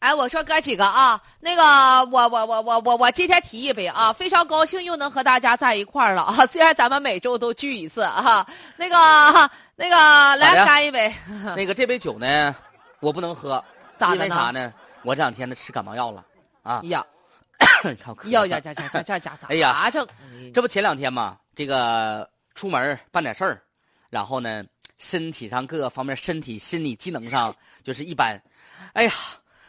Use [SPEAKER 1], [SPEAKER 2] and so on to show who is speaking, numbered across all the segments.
[SPEAKER 1] 哎，我说哥几个啊，那个我我我我我我今天提一杯啊，非常高兴又能和大家在一块儿了啊。虽然咱们每周都聚一次啊，那个那个
[SPEAKER 2] 咋的
[SPEAKER 1] 来
[SPEAKER 2] 呀
[SPEAKER 1] 干一杯，
[SPEAKER 2] 那个这杯酒呢，我不能喝，
[SPEAKER 1] 嗯咋的
[SPEAKER 2] 因为
[SPEAKER 1] 呢哎
[SPEAKER 2] 啥呢？我这两天呢吃感冒药了啊，
[SPEAKER 1] 呀哎
[SPEAKER 2] 你看我咳
[SPEAKER 1] 呀
[SPEAKER 2] 嗽
[SPEAKER 1] 呀，这这这这家咋
[SPEAKER 2] 哎呀
[SPEAKER 1] 咋整？
[SPEAKER 2] 这不前两天嘛，这个出门办点事儿，然后呢，身体上各个方面，身体、心理机能上就是一般。哎呀，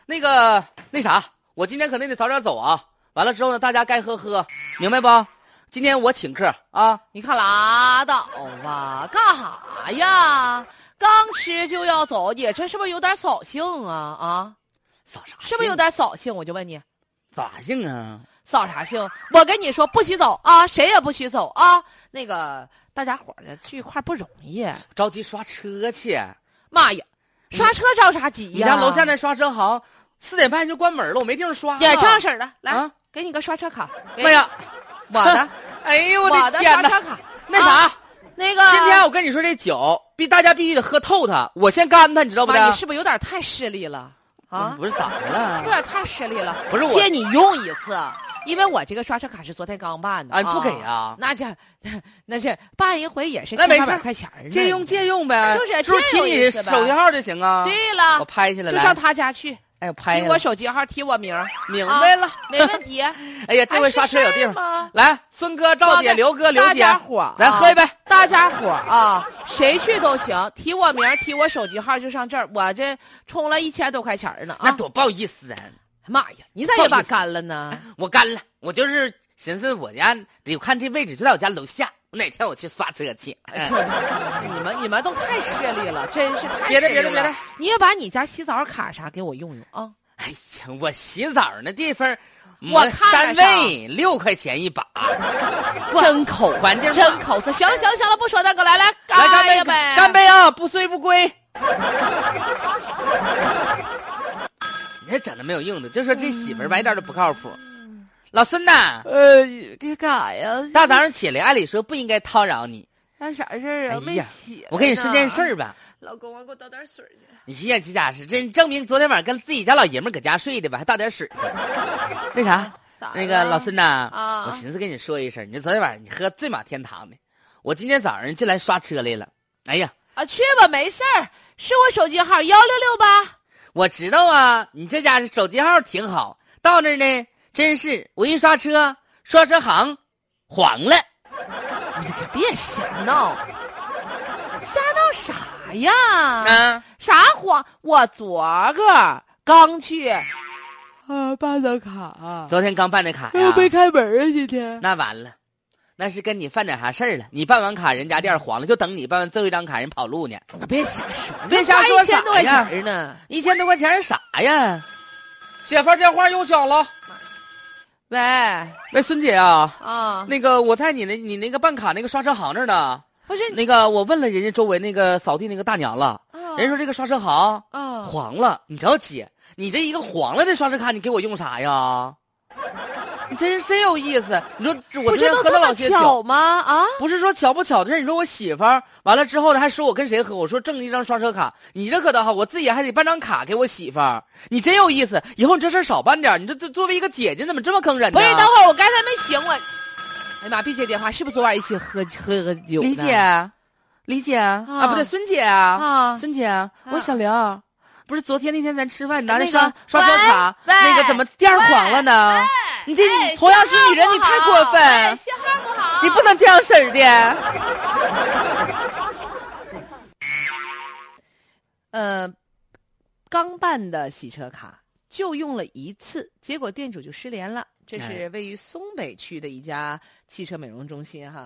[SPEAKER 2] 那个那啥，我今天可得得早点走啊。完了之后呢，大家该喝喝，明白不？今天我请客啊，
[SPEAKER 1] 你看拉倒吧，干啥呀？刚吃就要走，你这是不是有点扫兴啊？啊，
[SPEAKER 2] 扫啥兴？
[SPEAKER 1] 是不是有点扫兴？我就问你，
[SPEAKER 2] 咋兴啊？
[SPEAKER 1] 扫啥兴？我跟你说，不许走啊，谁也不许走啊！那个大家伙儿呢聚一块儿不容易，
[SPEAKER 2] 着急刷车去，
[SPEAKER 1] 妈呀，刷车着啥急
[SPEAKER 2] 你
[SPEAKER 1] 呀？
[SPEAKER 2] 家楼下那刷车行四点半就关门了，我没地方刷了。
[SPEAKER 1] 也这样式儿的，来、
[SPEAKER 2] 啊
[SPEAKER 1] 给你个刷车卡，给
[SPEAKER 2] 哎呀，
[SPEAKER 1] 我 的，
[SPEAKER 2] 哎呦
[SPEAKER 1] 我
[SPEAKER 2] 的
[SPEAKER 1] 的
[SPEAKER 2] 天
[SPEAKER 1] 刷
[SPEAKER 2] 哪！
[SPEAKER 1] 车啊嗯卡，
[SPEAKER 2] 那啥。
[SPEAKER 1] 那个
[SPEAKER 2] 今天我跟你说，这酒必大家必须得喝透它，我先干它，你知道不
[SPEAKER 1] 妈，
[SPEAKER 2] 的
[SPEAKER 1] 你？是不是有点太势利了啊？
[SPEAKER 2] 不是咋的
[SPEAKER 1] 有
[SPEAKER 2] 了？
[SPEAKER 1] 点太势利了，
[SPEAKER 2] 不是我
[SPEAKER 1] 借你用一次，因为我这个刷车卡是昨天刚办的
[SPEAKER 2] 啊，你不给？啊？
[SPEAKER 1] 那这那这办一回也是
[SPEAKER 2] 那没
[SPEAKER 1] 七
[SPEAKER 2] 事
[SPEAKER 1] 八
[SPEAKER 2] 儿
[SPEAKER 1] 百块钱儿呢
[SPEAKER 2] 借用。借用呗，
[SPEAKER 1] 嗯就是
[SPEAKER 2] 是
[SPEAKER 1] 借
[SPEAKER 2] 提
[SPEAKER 1] 用一
[SPEAKER 2] 你
[SPEAKER 1] 次呗
[SPEAKER 2] 手机号就行啊。
[SPEAKER 1] 对
[SPEAKER 2] 我
[SPEAKER 1] 了，
[SPEAKER 2] 拍下来
[SPEAKER 1] 就上
[SPEAKER 2] 了。
[SPEAKER 1] 他家去，
[SPEAKER 2] 哎，我拍
[SPEAKER 1] 提
[SPEAKER 2] 下
[SPEAKER 1] 我
[SPEAKER 2] 来，
[SPEAKER 1] 手机号，提我名 儿，
[SPEAKER 2] 明白了。
[SPEAKER 1] 没问 题。
[SPEAKER 2] 哎呀，这回
[SPEAKER 1] 还
[SPEAKER 2] 刷
[SPEAKER 1] 啊是
[SPEAKER 2] 车有
[SPEAKER 1] 事
[SPEAKER 2] 地
[SPEAKER 1] 儿
[SPEAKER 2] 方。
[SPEAKER 1] 吗？
[SPEAKER 2] 来，孙哥、赵姐、
[SPEAKER 1] 大
[SPEAKER 2] 刘哥、刘
[SPEAKER 1] 大
[SPEAKER 2] 姐，
[SPEAKER 1] 家伙儿啊，
[SPEAKER 2] 来喝一杯。
[SPEAKER 1] 大家伙儿啊，谁去都行，提我名儿，提我手机号就上这儿。我这充了一千多块钱儿呢
[SPEAKER 2] 那
[SPEAKER 1] 啊！
[SPEAKER 2] 多不好意思啊！
[SPEAKER 1] 妈呀，你咋
[SPEAKER 2] 不好
[SPEAKER 1] 也
[SPEAKER 2] 意
[SPEAKER 1] 把
[SPEAKER 2] 思
[SPEAKER 1] 干了呢？
[SPEAKER 2] 我干了，我就是寻思我家，我看这位置就在我家楼下，我哪天我去刷车去。
[SPEAKER 1] 哎你们你们都太势利了，真是太
[SPEAKER 2] 别的
[SPEAKER 1] 势
[SPEAKER 2] 别
[SPEAKER 1] 利
[SPEAKER 2] 的别
[SPEAKER 1] 了
[SPEAKER 2] 的，
[SPEAKER 1] 你也把你家洗澡卡啥给我用用啊！
[SPEAKER 2] 哎呀，我洗澡那地方，
[SPEAKER 1] 我看
[SPEAKER 2] 单
[SPEAKER 1] 着
[SPEAKER 2] 位六块钱一把，
[SPEAKER 1] 真口
[SPEAKER 2] 环境
[SPEAKER 1] 真口色，行了行了行了，不说那个，来来
[SPEAKER 2] 来干
[SPEAKER 1] 呀
[SPEAKER 2] 杯，
[SPEAKER 1] 呗，
[SPEAKER 2] 干！杯啊！不醉不归。你这整的没有用的，就说这媳妇儿吧，一点都不靠谱。
[SPEAKER 1] 嗯
[SPEAKER 2] 老孙呐，
[SPEAKER 1] 呃，给干啥呀？
[SPEAKER 2] 大早上起来，按理说不应该叨扰你。
[SPEAKER 1] 干啥事儿
[SPEAKER 2] 哎
[SPEAKER 1] 啊？没
[SPEAKER 2] 呀
[SPEAKER 1] 起来呢。
[SPEAKER 2] 我跟你说件事儿吧，
[SPEAKER 1] 老公，我给我倒点水去。
[SPEAKER 2] 你这这家是真证明昨天晚上跟自己家老爷们儿搁家睡的吧，还倒点水去。那啥，
[SPEAKER 1] 咋
[SPEAKER 2] 那个
[SPEAKER 1] 了
[SPEAKER 2] 老孙呐，
[SPEAKER 1] 啊
[SPEAKER 2] 我寻思跟你说一声，你说昨天晚上你喝醉马天堂的，我今天早上就来刷车来了。哎呀，
[SPEAKER 1] 啊，去吧，没事儿，是我手机号幺六六八。
[SPEAKER 2] 我知道啊，你这家手机号挺好，到那儿呢，真是我一刷车，刷车行黄了。
[SPEAKER 1] 你可别瞎闹，瞎闹啥呀？
[SPEAKER 2] 啊，
[SPEAKER 1] 啥谎？我昨个儿刚去，啊，办的卡，
[SPEAKER 2] 昨天刚办的卡
[SPEAKER 1] 又
[SPEAKER 2] 呀，
[SPEAKER 1] 没开门啊，今天。
[SPEAKER 2] 那完了，那是跟你犯点啥事儿了。你办完卡，人家店黄了，就等你办完最后一张卡，人跑路呢。
[SPEAKER 1] 你别瞎说，
[SPEAKER 2] 别瞎说
[SPEAKER 1] 花一千多块
[SPEAKER 2] 啥呀
[SPEAKER 1] 钱呢。
[SPEAKER 2] 一千多块钱是啥呀？姐夫，电话又响了。
[SPEAKER 1] 喂，
[SPEAKER 2] 喂，孙姐啊，
[SPEAKER 1] 啊，
[SPEAKER 2] 那个我在你那，你那个办卡那个刷车行那儿呢。
[SPEAKER 1] 不是你，
[SPEAKER 2] 那个我问了人家周围那个扫地那个大娘了，
[SPEAKER 1] 啊
[SPEAKER 2] 人家说这个刷车行
[SPEAKER 1] 啊，
[SPEAKER 2] 黄了，你瞧姐，你这一个黄了的刷车卡，你给我用啥呀？你真是真有意思。你说我
[SPEAKER 1] 嗯不
[SPEAKER 2] 昨
[SPEAKER 1] 是
[SPEAKER 2] 天
[SPEAKER 1] 都
[SPEAKER 2] 喝
[SPEAKER 1] 这
[SPEAKER 2] 了老
[SPEAKER 1] 么
[SPEAKER 2] 些酒，
[SPEAKER 1] 巧吗？啊，
[SPEAKER 2] 不是说巧不巧的事儿。你说我媳妇儿完了之后呢，还说我跟谁喝，我说挣一张刷车卡。你这可倒好，我自己还得办张卡给我媳妇儿。你真有意思，以后你这事儿少办点儿。你这这作为一个姐姐，怎么这么坑人呢？
[SPEAKER 1] 不是，等会儿我刚才没醒，我，哎呀妈，别接电话，是不是昨晚一起喝喝喝酒呢？
[SPEAKER 2] 李姐，李姐啊
[SPEAKER 1] 啊
[SPEAKER 2] 不对，孙姐啊
[SPEAKER 1] 啊，
[SPEAKER 2] 孙姐，我小刘，不是昨天那天咱吃饭，你拿着
[SPEAKER 1] 那个
[SPEAKER 2] 刷刷
[SPEAKER 1] 喂
[SPEAKER 2] 车卡，
[SPEAKER 1] 喂
[SPEAKER 2] 那个怎么店儿黄了呢？你这
[SPEAKER 1] 哎
[SPEAKER 2] 你同样是
[SPEAKER 1] 信号
[SPEAKER 2] 女人，
[SPEAKER 1] 不
[SPEAKER 2] 你太
[SPEAKER 1] 好
[SPEAKER 2] 过
[SPEAKER 1] 哎
[SPEAKER 2] 分，
[SPEAKER 1] 信号不好，
[SPEAKER 2] 你不能这样式儿的。
[SPEAKER 1] 呃，刚办的洗车卡就用了一次，结果店主就失联了。这
[SPEAKER 2] 哎
[SPEAKER 1] 是位于松北区的一家汽车美容中心哈。